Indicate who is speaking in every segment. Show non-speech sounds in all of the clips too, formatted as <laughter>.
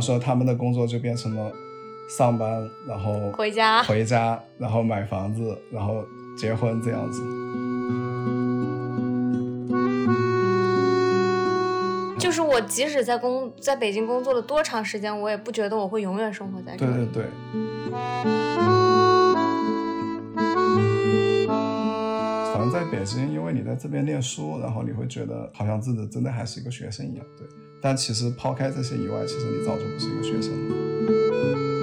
Speaker 1: 说他们的工作就变成了上班，然后
Speaker 2: 回家
Speaker 1: 回家，然后买房子，然后结婚这样子。
Speaker 2: 就是我即使在工在北京工作了多长时间，我也不觉得我会永远生活在这
Speaker 1: 对
Speaker 2: 里。
Speaker 1: 对对，反正在北京，因为你在这边念书，然后你会觉得好像自己真的还是一个学生一样，对。但其实抛开这些以外，其实你早就不是一个学生了。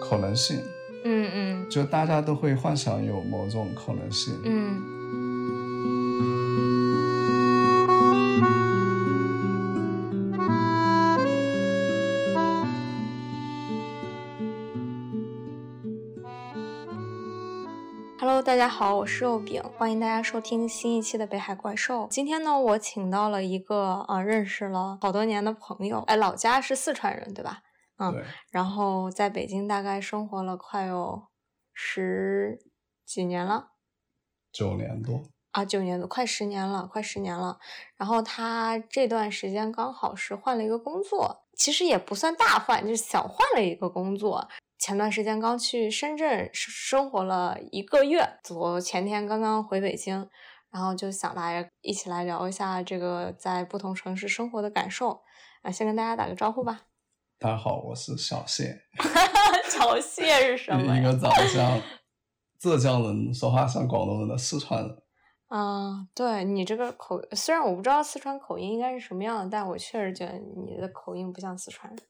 Speaker 1: 可能性，
Speaker 2: 嗯嗯
Speaker 1: 就大家都会幻想有某种可能性，
Speaker 2: 嗯，Hello，大家好，我是肉饼，欢迎大家收听新一期的《北海怪兽》。今天呢，我请到了一个啊、呃认识了好多年的朋友，哎，老家是四川人，对吧？嗯
Speaker 1: 对，
Speaker 2: 然后在北京大概生活了快有十几年了。
Speaker 1: 九年多，
Speaker 2: 啊，九年多，快十年了，快十年了。然后他这段时间刚好是换了一个工作，其实也不算大换，就是小换了一个工作。前段时间刚去深圳生生活了一个月，昨前天刚刚回北京，然后就想来一起来聊一下这个在不同城市生活的感受。啊，先跟大家打个招呼 <laughs> 吧。
Speaker 1: 大家好，我是小谢，
Speaker 2: 小谢是什么
Speaker 1: 一
Speaker 2: 呀？
Speaker 1: 个长得像浙江人、说话像广东人的四川人。
Speaker 2: 啊，对你这个口，虽然我不知道四川口音应该是什么样的，但我确实觉得你的口音不像四川人。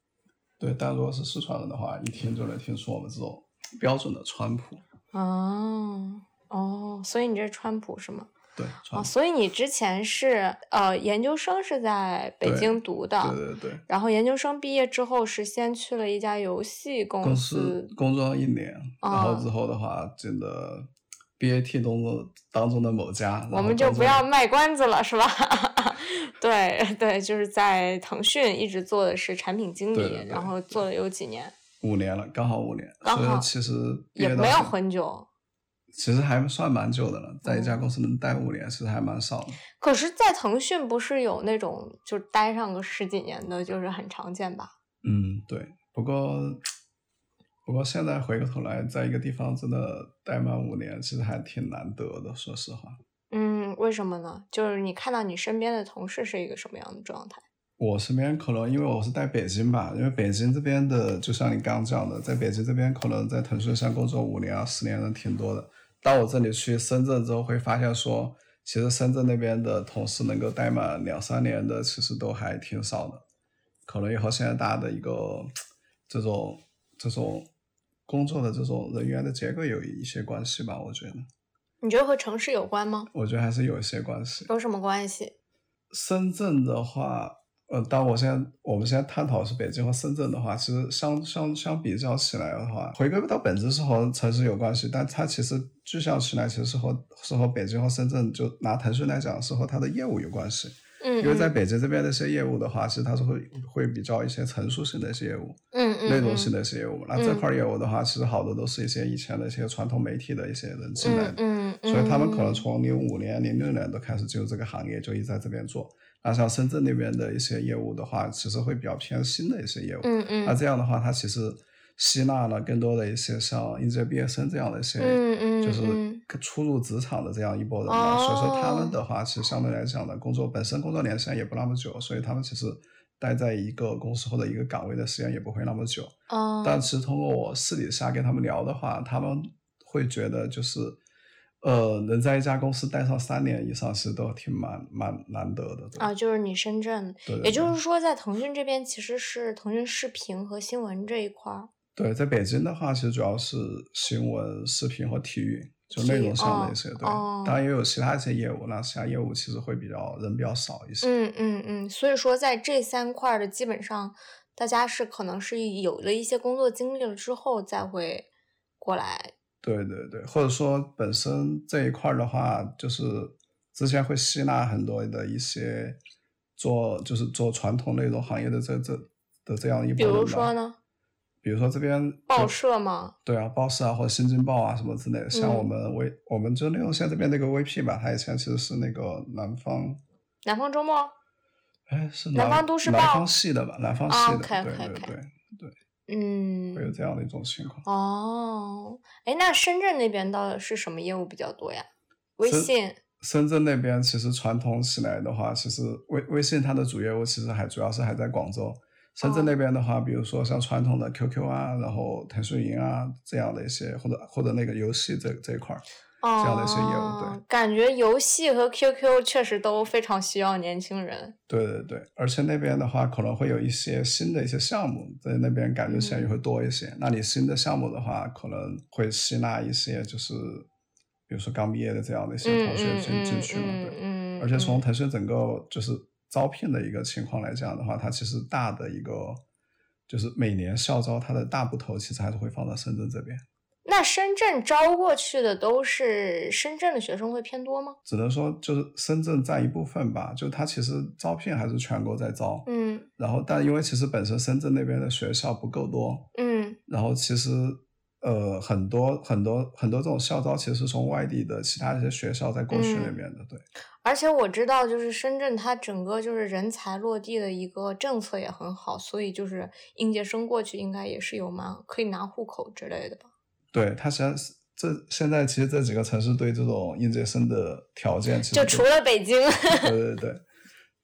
Speaker 1: 对，但如果是四川人的话，一听就能听出我们这种标准的川普。
Speaker 2: 哦哦，所以你这是川普是吗？
Speaker 1: 对，川
Speaker 2: 哦，
Speaker 1: 普。
Speaker 2: 所以你之前是呃研究生是在北
Speaker 1: 对
Speaker 2: 京读的，
Speaker 1: 对对对，
Speaker 2: 然后研究生毕业之后是先去了一家游戏
Speaker 1: 公
Speaker 2: 公
Speaker 1: 司
Speaker 2: 司，
Speaker 1: 工作一年，然后
Speaker 2: 哦
Speaker 1: 之后的话，进了 BAT 当中当中的某家，然
Speaker 2: 我
Speaker 1: 后
Speaker 2: 们就
Speaker 1: 当
Speaker 2: 不
Speaker 1: 中
Speaker 2: 要卖关子了，是吧？ <laughs> 对对，就是在腾讯一直做的是产品经理，
Speaker 1: 对对对
Speaker 2: 然后做了有几年，
Speaker 1: 五年了，刚好五年，
Speaker 2: 刚
Speaker 1: 所
Speaker 2: 好
Speaker 1: 以其实毕
Speaker 2: 也
Speaker 1: 业到
Speaker 2: 没有
Speaker 1: 现
Speaker 2: 很久。
Speaker 1: 其实还算蛮久的了，在一家
Speaker 2: 嗯
Speaker 1: 公司能待五年，其实还蛮少的。
Speaker 2: 可是，在腾讯不是有那种就待上个十几年的，就是很常见吧？
Speaker 1: 嗯，对。不过，不过现在回过头来，在一个地方真的待满五年，其实还挺难得的。说实话，
Speaker 2: 嗯，为什么呢？就是你看到你身边的同事是一个什么样的状态？
Speaker 1: 我身边可能因为我是在北京吧，因为北京这边的，就像你刚刚讲的，在北京这边可能在腾讯上工作五年啊、十年的挺多的。到我这里去深圳之后，会发现说，其实深圳那边的同事能够待满两三年的，其实都还挺少的。可能也和现在大家的一个这种这种工作的这种人员的结构有一些关系吧，我觉得，
Speaker 2: 你觉得和城市有关吗？
Speaker 1: 我觉得还是有一些关系。
Speaker 2: 有什么关系？
Speaker 1: 深圳的话，呃，当我现在我们现在探讨的是北京和深圳的话，其实相相相比较起来的话，回归到本质是和城市有关系，但它其实具象起来其实是和是和北京和深圳，就拿腾讯来讲，是和它的业务有关系。
Speaker 2: 嗯，
Speaker 1: 因为在
Speaker 2: 嗯
Speaker 1: 北京这边的一些业务的话，其实它是会会比较一些成熟性的一些业务，
Speaker 2: 嗯嗯
Speaker 1: 内容
Speaker 2: 嗯
Speaker 1: 性的一些业务嘛。那这
Speaker 2: 嗯
Speaker 1: 块业务的话，其实好多都是一些以前的一些传统媒体的一些人进来的
Speaker 2: 嗯。嗯，
Speaker 1: 所以他们可能
Speaker 2: 嗯
Speaker 1: 从零五年、零六年都开始进入这个行业，就一直在这边做。那像深圳那边的一些业务的话，其实会比较偏新的一些业务。
Speaker 2: 嗯嗯
Speaker 1: 那这样的话，它其实吸纳了更多的一些像应届毕业生这样的一些，
Speaker 2: 嗯嗯
Speaker 1: 就是
Speaker 2: 嗯
Speaker 1: 初入职场的这样一波人嘛。所以说他
Speaker 2: 哦
Speaker 1: 们的话，其实相对来讲呢，工作本身工作年限也不那么久，所以他们其实待在一个公司或者一个岗位的时间也不会那么久。
Speaker 2: 哦
Speaker 1: 但其实通过我私底下跟他们聊的话，他们会觉得就是，呃，能在一家公司待上三年以上，其实都挺蛮蛮难得的。对
Speaker 2: 啊，就是你深圳，
Speaker 1: 对对
Speaker 2: 也就
Speaker 1: 对
Speaker 2: 是说，在腾讯这边其实是腾讯视频和新闻这一块儿。
Speaker 1: 对，在北京的话，其实主要是新闻、视频和体育，就内容上的一些。
Speaker 2: 体育
Speaker 1: 对，
Speaker 2: 哦哦
Speaker 1: 当然也有其他一些业务，那其他业务其实会比较人比较少一些。
Speaker 2: 嗯嗯嗯，所以说在这三块儿的基本上，大家是可能是有了一些工作经历了之后再会过来。
Speaker 1: 对对对，或者说本身这一块儿的话，就是之前会吸纳很多的一些做就是做传统内容行业的这这的这样一
Speaker 2: 比
Speaker 1: 波人吧。
Speaker 2: 如说呢，
Speaker 1: 比如说这边
Speaker 2: 报
Speaker 1: 就
Speaker 2: 社嘛，
Speaker 1: 对啊，报社啊，或者新京报啊什么之类的。像我
Speaker 2: 嗯
Speaker 1: 们微，我们就内容线这边那个 VP 吧，他以前其实是那个南方，
Speaker 2: 南方周末。
Speaker 1: 哎，是
Speaker 2: 南方都市报
Speaker 1: 南方系的吧？南方系的，对
Speaker 2: 啊
Speaker 1: 对对，
Speaker 2: ，OK，OK，OK
Speaker 1: 会有
Speaker 2: 嗯，
Speaker 1: 这样的一种情况。
Speaker 2: 哦，哎，那深圳那边到底是什么业务比较多呀？微
Speaker 1: 深
Speaker 2: 信，
Speaker 1: 深圳那边其实传统起来的话，其实微微信它的主业务其实还主要是还在广州。深圳
Speaker 2: 哦
Speaker 1: 那边的话，比如说像传统的 QQ 啊，然后腾讯云啊这样的一些，或者或者那个游戏这这一块儿，这样的一些业务对
Speaker 2: 哦，感觉游戏和 QQ 确实都非常需要年轻人。
Speaker 1: 对对对，而且那边的话可能会有一些新的一些项目，在那边感觉起来
Speaker 2: 嗯
Speaker 1: 也会多一些。那你新的项目的话，可能会吸纳一些就是，比如说刚毕业的这样的一些
Speaker 2: 嗯
Speaker 1: 同学
Speaker 2: 嗯
Speaker 1: 进、进
Speaker 2: 嗯
Speaker 1: 去嘛，对。
Speaker 2: 嗯嗯，
Speaker 1: 而且从
Speaker 2: 嗯
Speaker 1: 腾讯整个就是招聘的一个情况来讲的话，它其实大的一个就是每年校招它的大部头其实还是会放到深圳这边，
Speaker 2: 那深圳招过去的都是深圳的学生会偏多吗？
Speaker 1: 只能说就是深圳占一部分吧，就它其实招聘还是全国在招，
Speaker 2: 嗯
Speaker 1: 然后但因为其实本身深圳那边的学校不够多，
Speaker 2: 嗯
Speaker 1: 然后其实。呃，很多很多很多这种校招其实是从外地的其他一些学校在过去那
Speaker 2: 嗯
Speaker 1: 边的，对，
Speaker 2: 而且我知道，就是深圳它整个就是人才落地的一个政策也很好，所以就是应届生过去应该也是有蛮可以拿户口之类的吧。
Speaker 1: 对，它实际上是这现在其实这几个城市对这种应届生的条件其实
Speaker 2: 就
Speaker 1: 都
Speaker 2: 除了北京，
Speaker 1: <laughs> 对对对，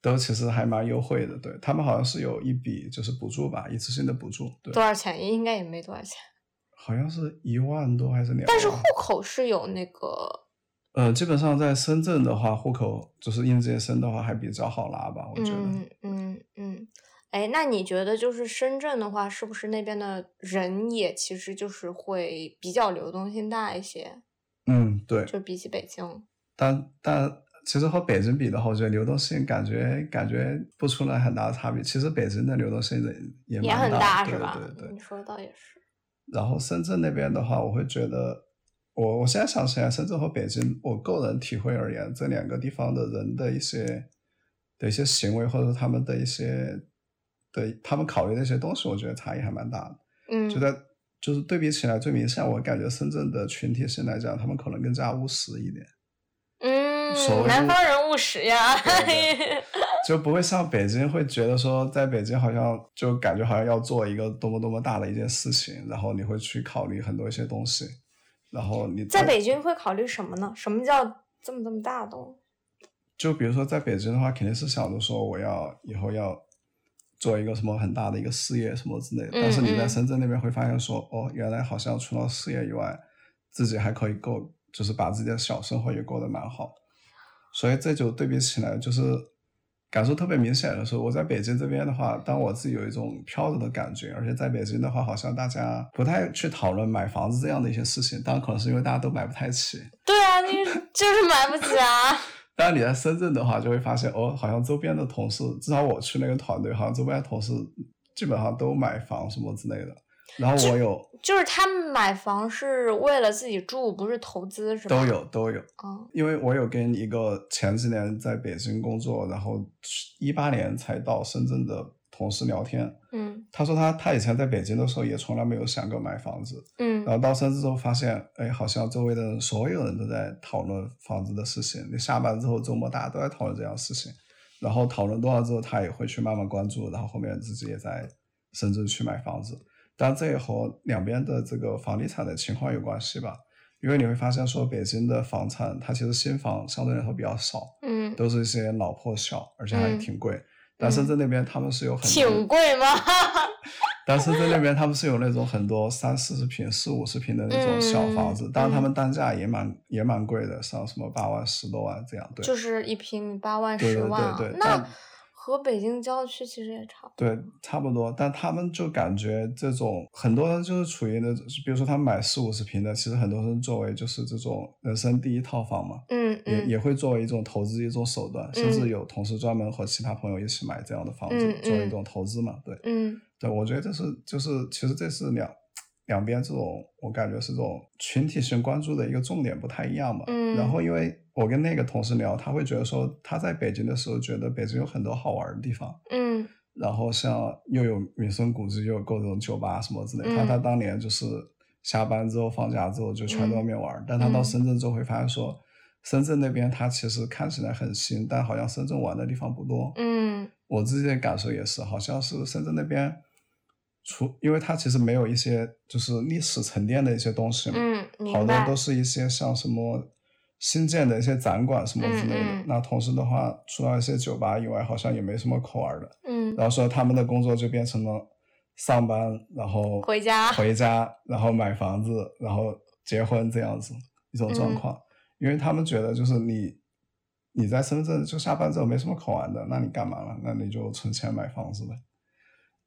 Speaker 1: 都其实还蛮优惠的。对他们好像是有一笔就是补助吧，一次性的补助，对，
Speaker 2: <laughs> 多少钱应该也没多少钱，
Speaker 1: 好像是一万多还是两万。
Speaker 2: 但是户口是有那个，
Speaker 1: 呃，基本上在深圳的话，户口就是应届生的话还比较好拿吧，我觉得。
Speaker 2: 嗯嗯嗯。哎，那你觉得就是深圳的话，是不是那边的人也其实就是会比较流动性大一些？
Speaker 1: 嗯，对，
Speaker 2: 就比起北京，
Speaker 1: 但但。其实和北京比的话，我觉得流动性感觉感觉不出来很大的差别。其实北京的流动性也也
Speaker 2: 也
Speaker 1: 蛮
Speaker 2: 很
Speaker 1: 大的
Speaker 2: 是
Speaker 1: 对
Speaker 2: 吧？嗯
Speaker 1: 对对。
Speaker 2: 你说的倒也是，
Speaker 1: 然后深圳那边的话，我会觉得，我我现在想起来，深圳和北京，我个人体会而言，这两个地方的人的一些的一些行为，或者说他们的一些对他们考虑的一些东西，我觉得差异还蛮大的。
Speaker 2: 嗯，
Speaker 1: 就在就是对比起来，最明显，我感觉深圳的群体性来讲，他们可能更加务实一点，所
Speaker 2: 嗯，
Speaker 1: 谓
Speaker 2: 南
Speaker 1: 物
Speaker 2: 方人务实呀。
Speaker 1: 对
Speaker 2: <laughs>
Speaker 1: 就不会像北京会觉得说，在北京好像就感觉好像要做一个多么多么大的一件事情，然后你会去考虑很多一些东西，然后你
Speaker 2: 在北京会考虑什么呢？什么叫这么这么大的东西？
Speaker 1: 就比如说在北京的话，肯定是想着说我要以后要做一个什么很大的一个事业什么之类的。但是你在
Speaker 2: 嗯嗯
Speaker 1: 深圳那边会发现说，哦，原来好像除了事业以外，自己还可以够，就是把自己的小生活也过得蛮好。所以这就对比起来，就是感受特别明显的是，我在北京这边的话，当我自己有一种飘着的感觉，而且在北京的话，好像大家不太去讨论买房子这样的一些事情，当然可能是因为大家都买不太起。
Speaker 2: 对啊，你就是买不起啊。
Speaker 1: 当你在深圳的话，就会发现哦，好像周边的同事，至少我去那个团队，好像周边的同事基本上都买房什么之类的。然后我有
Speaker 2: <laughs> 就是他们买房是为了自己住，不是投资，是吧？
Speaker 1: 都。有都有，
Speaker 2: 嗯
Speaker 1: 因为我有跟一个前几年在北京工作，然后一八年才到深圳的同事聊天，
Speaker 2: 嗯
Speaker 1: 他说他他以前在北京的时候也从来没有想过买房子，然
Speaker 2: 嗯，
Speaker 1: 后到深圳之后发现，哎，好像周围的人所有人都在讨论房子的事情。你下班之后、周末大家都在讨论这样的事情，然后讨论多了之后，他也会去慢慢关注，然后后面自己也在深圳去买房子。当然，这也和两边的这个房地产的情况有关系吧，因为你会发现说，北京的房产它其实新房相对来说比较少，
Speaker 2: 嗯，
Speaker 1: 都是一些老破小，而且还
Speaker 2: 嗯
Speaker 1: 挺贵。但深圳那边他们是有很多
Speaker 2: 挺贵吗？
Speaker 1: 但深圳那边他们是有那种很多三四十平、四五十平的那种小房子，
Speaker 2: 嗯
Speaker 1: 当然他们单价也蛮也蛮贵的，像什么八万、十多万这样。对，
Speaker 2: 就是一平米八万、
Speaker 1: 对
Speaker 2: 十
Speaker 1: 对
Speaker 2: 万啊，
Speaker 1: 对对
Speaker 2: 那
Speaker 1: 但
Speaker 2: 和北京郊区其实也差不多。
Speaker 1: 对，差不多。但他们就感觉这种很多人就是处于那种，比如说他们买四五十平的，其实很多人作为就是这种人生第一套房嘛，
Speaker 2: 嗯
Speaker 1: 也
Speaker 2: 嗯
Speaker 1: 也会作为一种投资的一种手段，甚
Speaker 2: 嗯
Speaker 1: 至有同事专门和其他朋友一起买这样的房子，
Speaker 2: 嗯
Speaker 1: 作为一
Speaker 2: 嗯
Speaker 1: 种投资嘛。对，
Speaker 2: 嗯
Speaker 1: 对，我觉得这是就是其实这是两两边这种，我感觉是这种群体性关注的一个重点不太一样吧。
Speaker 2: 嗯
Speaker 1: 然后因为我跟那个同事聊，他会觉得说他在北京的时候觉得北京有很多好玩的地方，
Speaker 2: 嗯
Speaker 1: 然后像又有名胜古迹，又有各种酒吧什么之类。他
Speaker 2: 嗯
Speaker 1: 他当年就是下班之后放假之后就全都外面玩，但他到
Speaker 2: 嗯
Speaker 1: 深圳之后会发现说。深圳那边，它其实看起来很新，但好像深圳玩的地方不多。
Speaker 2: 嗯
Speaker 1: 我自己的感受也是，好像是深圳那边，除因为它其实没有一些就是历史沉淀的一些东西嘛，
Speaker 2: 嗯，
Speaker 1: 好
Speaker 2: 明
Speaker 1: 多
Speaker 2: 白
Speaker 1: 都。是一些像什么新建的一些展馆什么之类的。
Speaker 2: 嗯嗯
Speaker 1: 那同时的话，除了一些酒吧以外，好像也没什么可玩的。
Speaker 2: 嗯，
Speaker 1: 然后说他们的工作就变成了上班，然后
Speaker 2: 回家
Speaker 1: 回家，然后买房子，然后结婚这样子一种状
Speaker 2: 嗯
Speaker 1: 况。因为他们觉得就是你你在深圳就下班之后没什么可玩的，那你干嘛了？那你就存钱买房子呗。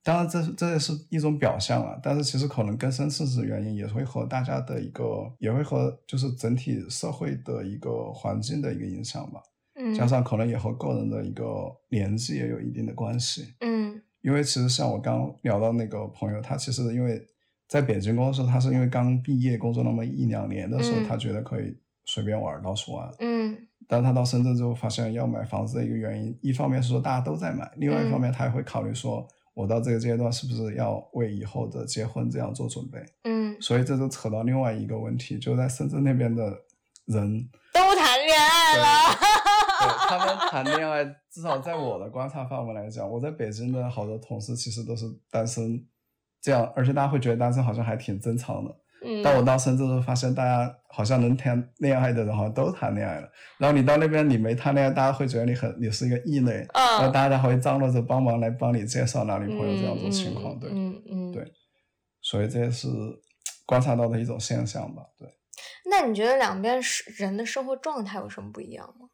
Speaker 1: 当然这，这也是一种表象了，但是其实可能更深层次的原因也会和大家的一个，也会和就是整体社会的一个环境的一个影响吧，
Speaker 2: 嗯
Speaker 1: 加上可能也和个人的一个年纪也有一定的关系。
Speaker 2: 嗯
Speaker 1: 因为其实像我刚聊到那个朋友，他其实因为在北京工作的时候，他是因为刚毕业工作那么一两年的时候，
Speaker 2: 嗯
Speaker 1: 他觉得可以随便玩到处玩。
Speaker 2: 嗯
Speaker 1: 但他到深圳之后，发现要买房子的一个原因，一方面是说大家都在买，另外一方面他也会考虑说，我到这个阶段是不是要为以后的结婚这样做准备。
Speaker 2: 嗯，
Speaker 1: 所以这就扯到另外一个问题，就在深圳那边的人，
Speaker 2: 都谈恋爱了。
Speaker 1: 对他们谈恋爱，至少在我的观察范围来讲，我在北京的好多同事其实都是单身，这样，而且大家会觉得单身好像还挺正常的。
Speaker 2: 嗯，
Speaker 1: 但我到深圳之后，发现大家好像能谈恋爱的人好像都谈恋爱了。然后你到那边你没谈恋爱，大家会觉得你很你是一个异类，然后
Speaker 2: 嗯，
Speaker 1: 大家还会张罗着帮忙来帮你介绍男女朋友这样子
Speaker 2: 嗯
Speaker 1: 情况，对，
Speaker 2: 嗯嗯，嗯
Speaker 1: 对所以这也是观察到的一种现象吧，对。
Speaker 2: 那你觉得两边是人的生活状态有什么不一样吗？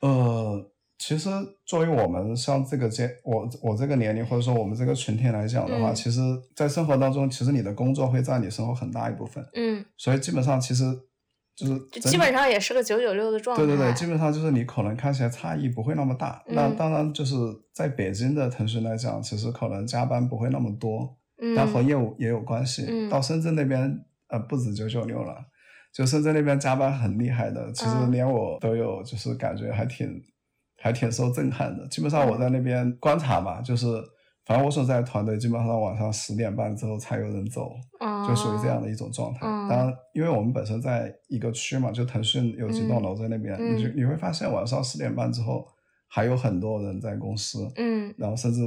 Speaker 1: 呃，其实作为我们像这个阶，我我这个年龄或者说我们这个群体来讲的话，
Speaker 2: 嗯
Speaker 1: 其实，在生活当中，其实你的工作会占你生活很大一部分，
Speaker 2: 嗯，
Speaker 1: 所以基本上其实就是
Speaker 2: 就
Speaker 1: 整
Speaker 2: 基本
Speaker 1: 体
Speaker 2: 上也是个九九六的状态。
Speaker 1: 对对对，基本上就是你可能看起来差异不会那么大。那
Speaker 2: 嗯
Speaker 1: 当然就是在北京的腾讯来讲，其实可能加班不会那么多，但和
Speaker 2: 嗯
Speaker 1: 业务也有关系。
Speaker 2: 嗯
Speaker 1: 到深圳那边，呃，不止九九六了，就深圳那边加班很厉害的，其实
Speaker 2: 嗯
Speaker 1: 连我都有，就是感觉还挺还挺受震撼的。基本
Speaker 2: 嗯
Speaker 1: 上我在那边观察吧，就是反正我所在的团队基本上晚上十点半之后才有人走，
Speaker 2: 嗯，
Speaker 1: 就属于这样的一种状态。
Speaker 2: 嗯
Speaker 1: 当然，因为我们本身在一个区嘛，就腾讯有几栋
Speaker 2: 嗯
Speaker 1: 楼在那边，你就
Speaker 2: 嗯
Speaker 1: 你会发现晚上十点半之后还有很多人在公司，
Speaker 2: 嗯
Speaker 1: 然后甚至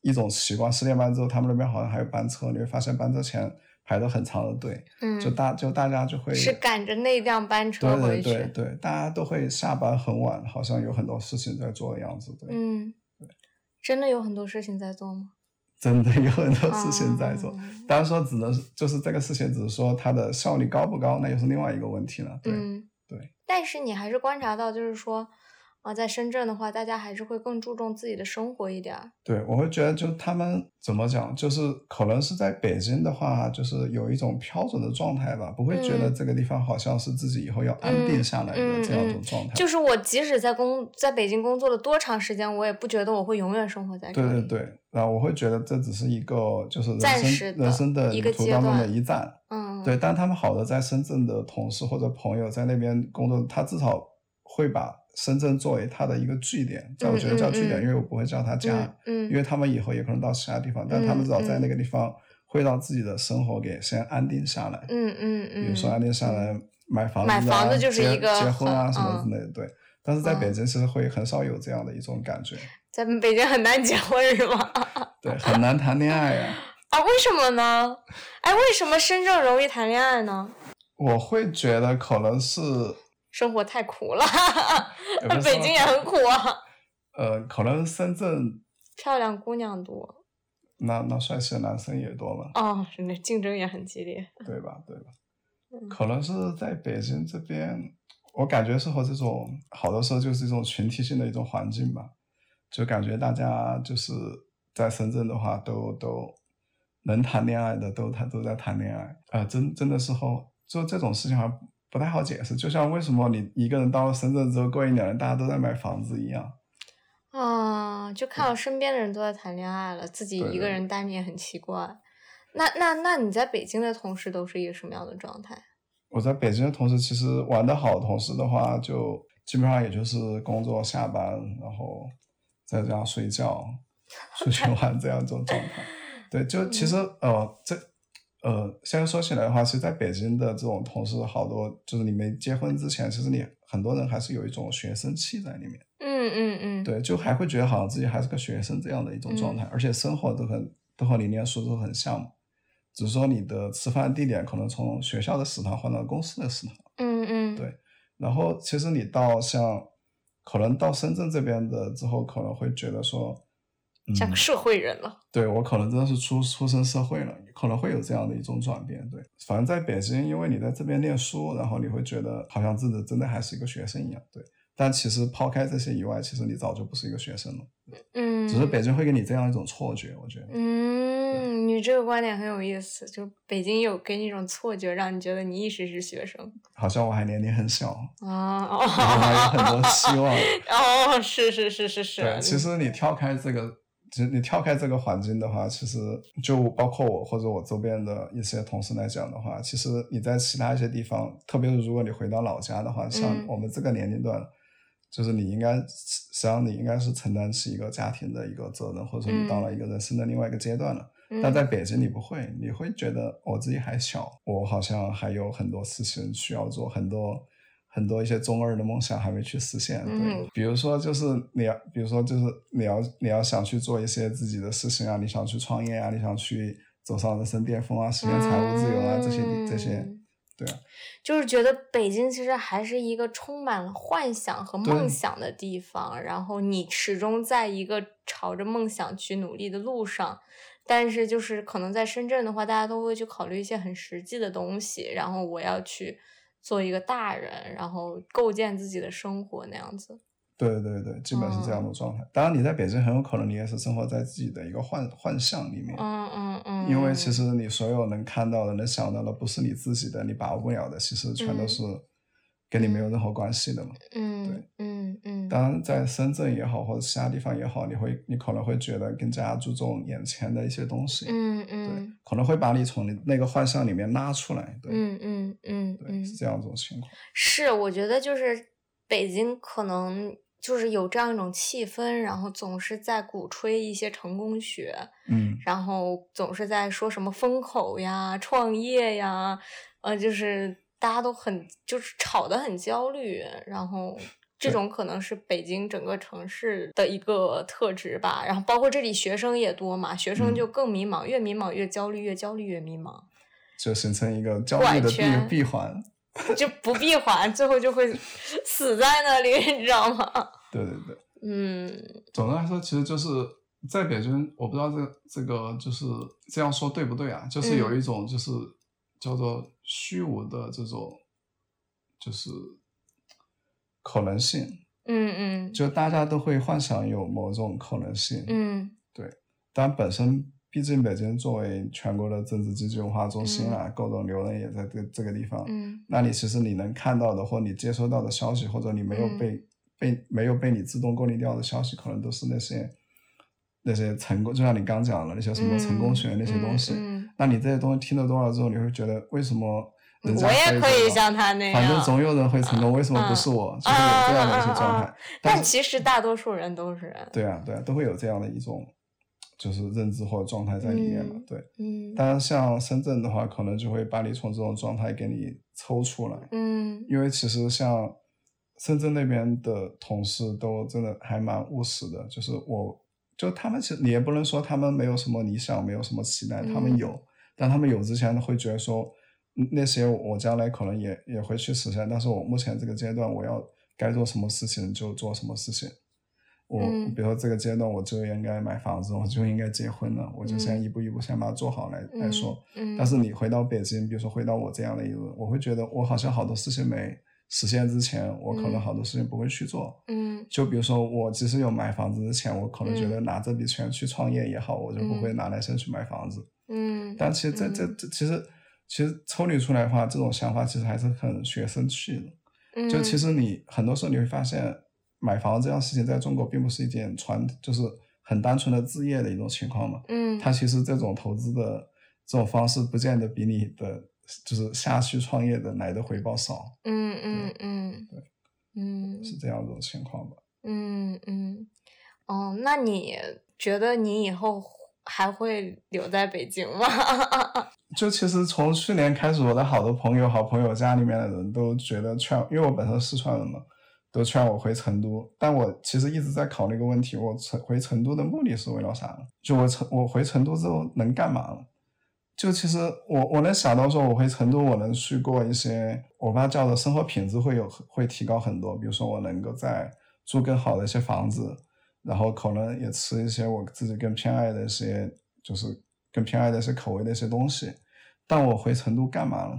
Speaker 1: 一种习惯，十点半之后他们那边好像还有班车，你会发现班车前排了很长的队，
Speaker 2: 嗯，
Speaker 1: 就大就大家就会
Speaker 2: 是赶着那辆班车
Speaker 1: 对对
Speaker 2: 回去。
Speaker 1: 对对，大家都会下班很晚，好像有很多事情在做的样子，对，
Speaker 2: 嗯，真的有很多事情在做
Speaker 1: <laughs>
Speaker 2: 吗？
Speaker 1: 真的有很多事情在做。
Speaker 2: 哦
Speaker 1: 当然说，只能就是这个事情，只是说它的效率高不高，那又是另外一个问题了。对，
Speaker 2: 嗯，
Speaker 1: 对。
Speaker 2: 但是你还是观察到，就是说，啊，在深圳的话，大家还是会更注重自己的生活一点儿。
Speaker 1: 对，我会觉得就他们怎么讲，就是可能是在北京的话，就是有一种标准的状态吧，不会觉得
Speaker 2: 嗯
Speaker 1: 这个地方好像是自己以后要安定下来的
Speaker 2: 嗯
Speaker 1: 这样一
Speaker 2: 嗯
Speaker 1: 种状态。
Speaker 2: 就是我即使在工在北京工作了多长时间，我也不觉得我会永远生活在这
Speaker 1: 对
Speaker 2: 里。
Speaker 1: 对对，然后我会觉得这只是一个就是人
Speaker 2: 暂
Speaker 1: 生
Speaker 2: 时
Speaker 1: 人
Speaker 2: 的
Speaker 1: 生的
Speaker 2: 一
Speaker 1: 旅
Speaker 2: 个
Speaker 1: 途
Speaker 2: 阶
Speaker 1: 当中的
Speaker 2: 段
Speaker 1: 一站。
Speaker 2: 嗯，
Speaker 1: 对，但他们好的在深圳的同事或者朋友在那边工作，他至少会把深圳作为他的一个据点。在我觉得叫据点，
Speaker 2: 嗯嗯嗯
Speaker 1: 因为我不会叫他家，
Speaker 2: 嗯，嗯嗯
Speaker 1: 因为他们以后也可能到其他地方，但他们至少在那个地方会让自己的生活给先安定下来。
Speaker 2: 嗯嗯嗯，
Speaker 1: 比如说安定下来买房子、啊、
Speaker 2: 买房子就是
Speaker 1: 结
Speaker 2: 一个
Speaker 1: 结婚啊
Speaker 2: 很
Speaker 1: 什么
Speaker 2: 嗯
Speaker 1: 之类的，对。但是在北
Speaker 2: 嗯
Speaker 1: 京其实会很少有这样的一种感觉，
Speaker 2: 在北京很难结婚是吗？
Speaker 1: 对，很难谈恋爱
Speaker 2: <laughs>
Speaker 1: 呀、
Speaker 2: 啊，为什么呢？哎，为什么深圳容易谈恋爱呢？
Speaker 1: 我会觉得可能是，
Speaker 2: 生活太苦了，
Speaker 1: <laughs> 也不是
Speaker 2: 北
Speaker 1: 说
Speaker 2: 京也很苦啊。
Speaker 1: 呃，可能深圳
Speaker 2: 漂亮姑娘多
Speaker 1: 那那帅气的男生也多嘛，
Speaker 2: 哦，真的竞争也很激烈。
Speaker 1: 对吧？对吧？
Speaker 2: 嗯
Speaker 1: 可能是在北京这边，我感觉是和这种好多时候就是一种群体性的一种环境吧，就感觉大家就是在深圳的话都，都能谈恋爱的都谈都在谈恋爱啊、呃真真的是后就这种事情好像不太好解释，就像为什么你一个人到了深圳之后，过一两年大家都在买房子一样，
Speaker 2: 啊，就看到身边的人都在谈恋爱了，自己
Speaker 1: 嗯对
Speaker 2: 一个
Speaker 1: 对
Speaker 2: 人待着也很奇怪。那那那你在北京的同事都是一个什么样的状态？
Speaker 1: 我在北京的同事，其实玩得好的同事的话，就基本上也就是工作、下班，然后再这样睡觉、出去玩这样一种状态。对，就其实呃，这呃，现在说起来的话，其实在北京的这种同事，好多就是你没结婚之前，其实你很多人还是有一种学生气在里面。
Speaker 2: 嗯嗯嗯嗯，
Speaker 1: 对，就还会觉得好像自己还是个学生这样的一种状态，而且生活都很都和你念书都很像嘛，只是说你的吃饭地点可能从学校的食堂换到公司的食堂，
Speaker 2: 嗯嗯，
Speaker 1: 对然后其实你到像可能到深圳这边的之后，可能会觉得说，嗯，
Speaker 2: 像个社会人了。
Speaker 1: 对我可能真的是出出身社会了，可能会有这样的一种转变。对，反正在北京，因为你在这边念书，然后你会觉得好像自己真的还是一个学生一样。对，但其实抛开这些以外，其实你早就不是一个学生了，
Speaker 2: 嗯，
Speaker 1: 只是北京会给你这样一种错觉，我觉得。
Speaker 2: 嗯，你这个观点很有意思，就北京有给你一种错觉，让你觉得你一直是学生
Speaker 1: 好像我还年龄很小， <laughs>
Speaker 2: 啊，
Speaker 1: 然后还有很多希望。
Speaker 2: <laughs> 哦，是是是是啊嗯是，
Speaker 1: 对，其实你跳开这个，其实你跳开这个环境的话，其实就包括我或者我周边的一些同事来讲的话，其实你在其他一些地方，特别是如果你回到老家的话，像
Speaker 2: 嗯
Speaker 1: 我们这个年龄段，就是你应该，实际上你应该是承担起一个家庭的一个责任，或者说你到了一个人生的另外一个阶段了。
Speaker 2: 嗯
Speaker 1: 但在北京你不会，你会觉得我自己还小，我好像还有很多事情需要做，很多很多一些中二的梦想还没去实现。对，
Speaker 2: 嗯
Speaker 1: 比如说就是你要，比如说就是你要你要想去做一些自己的事情啊，你想去创业啊，你想去走上人生巅峰啊，实现财务自由啊，这些这些，
Speaker 2: 嗯
Speaker 1: 对啊，
Speaker 2: 就是觉得北京其实还是一个充满了幻想和梦
Speaker 1: 对
Speaker 2: 想的地方，然后你始终在一个朝着梦想去努力的路上。但是就是可能在深圳的话，大家都会去考虑一些很实际的东西，然后我要去做一个大人，然后构建自己的生活那样子。
Speaker 1: 对对对，基本是这样
Speaker 2: 嗯
Speaker 1: 的状态。当然你在北京很有可能你也是生活在自己的一个幻幻象里面。
Speaker 2: 嗯嗯嗯，
Speaker 1: 因为其实你所有能看到的、能想到的，不是你自己的，你把握不了的，其实全都
Speaker 2: 嗯
Speaker 1: 是跟你没有任何关系的嘛。
Speaker 2: 嗯嗯嗯
Speaker 1: 当然，在深圳也好，或者其他地方也好，你会你可能会觉得更加注重眼前的一些东西，
Speaker 2: 嗯
Speaker 1: 对
Speaker 2: 嗯，
Speaker 1: 可能会把你从你那个幻象里面拉出来，对，
Speaker 2: 嗯嗯嗯
Speaker 1: 对，
Speaker 2: 嗯，
Speaker 1: 是这样一种情况。
Speaker 2: 是，我觉得就是北京可能就是有这样一种气氛，然后总是在鼓吹一些成功学，
Speaker 1: 嗯，
Speaker 2: 然后总是在说什么风口呀、创业呀，呃，就是大家都很就是吵得很焦虑，然后。这
Speaker 1: 对
Speaker 2: 种可能是北京整个城市的一个特质吧，然后包括这里学生也多嘛，学生
Speaker 1: 嗯
Speaker 2: 就更迷茫，越迷茫越焦虑，越焦虑越迷茫。
Speaker 1: 就形成一个焦
Speaker 2: 怪
Speaker 1: 虑的
Speaker 2: 圈
Speaker 1: 闭闭环，
Speaker 2: 就不闭环，最后就会死在那里，你知道吗？
Speaker 1: 对对对。
Speaker 2: 嗯
Speaker 1: 总的来说，其实就是在北京，我不知道这个这个就是这样说对不对啊？就是有一种就是叫做虚无的这种，就是可能性，
Speaker 2: 嗯嗯
Speaker 1: 就大家都会幻想有某种可能性，
Speaker 2: 嗯
Speaker 1: 但本身。毕竟北京作为全国的政治经济文化中心啊，各种牛人也在这这个地方。
Speaker 2: 嗯
Speaker 1: 那你其实你能看到的，或你接收到的消息，或者你没有
Speaker 2: 嗯
Speaker 1: 被、被没有被你自动过滤掉的消息，可能都是那些那些成功，就像你刚讲的那些什么成功学那些东西。
Speaker 2: 嗯
Speaker 1: 那你这些东西听得多了之后，你会觉得为什么
Speaker 2: 嗯
Speaker 1: 人家
Speaker 2: 我也可以
Speaker 1: 这样
Speaker 2: 像他那样，
Speaker 1: 反正总有人会成功，为什么
Speaker 2: 啊
Speaker 1: 不是我？就是有这样的一些
Speaker 2: 啊啊
Speaker 1: 状
Speaker 2: 啊
Speaker 1: 态。
Speaker 2: 但其实大多数人都是，
Speaker 1: 对啊，对啊，都会有这样的一种就是认知或者状态在里面嘛。
Speaker 2: 嗯
Speaker 1: 对，
Speaker 2: 嗯
Speaker 1: 当然像深圳的话，可能就会把你从这种状态给你抽出来。
Speaker 2: 嗯
Speaker 1: 因为其实像深圳那边的同事都真的还蛮务实的，就是我就他们其实你也不能说他们没有什么理想，没有什么期待，他们
Speaker 2: 嗯
Speaker 1: 有，但他们有之前会觉得说嗯那些我将来可能也也会去实现，但是我目前这个阶段我要该做什么事情就做什么事情。我
Speaker 2: 嗯
Speaker 1: 比如说这个阶段我就应该买房子，我就应该结婚了，我就先
Speaker 2: 嗯
Speaker 1: 一步一步先把它做好来、来说。
Speaker 2: 嗯，
Speaker 1: 但是你回到北京，比如说回到我这样的一个，我会觉得我好像好多事情没实现之前，我可能
Speaker 2: 嗯
Speaker 1: 好多事情不会去做。
Speaker 2: 嗯
Speaker 1: 就比如说我即使有买房子之前，我可能觉
Speaker 2: 嗯
Speaker 1: 得拿这笔钱去创业也好，我就不会
Speaker 2: 嗯
Speaker 1: 拿来先去买房子。
Speaker 2: 嗯，
Speaker 1: 但其实这这这其实其实抽离出来的话，这种想法其实还是很学生气的。就其
Speaker 2: 嗯
Speaker 1: 实你很多时候你会发现，买房这样事情在中国并不是一件传，就是很单纯的置业的一种情况嘛。
Speaker 2: 嗯
Speaker 1: 它其实这种投资的这种方式，不见得比你的就是下去创业的来的回报少，
Speaker 2: 嗯嗯嗯嗯
Speaker 1: 是这样一种情况吧？
Speaker 2: 嗯嗯，哦，那你觉得你以后还会留在北京吗？ <laughs>
Speaker 1: 就其实从去年开始，我的好多朋友、好朋友家里面的人都觉得劝，因为我本身四川人嘛，都劝我回成都，但我其实一直在考虑一个问题：我成回成都的目的是为了啥？就我成我回成都之后能干嘛了？就其实我我能想到说，我回成都，我能去过一些我爸叫的生活品质会有会提高很多。比如说，我能够在住更好的一些房子，然后可能也吃一些我自己更偏爱的一些，就是更偏爱的一些口味的一些东西。但我回成都干嘛了？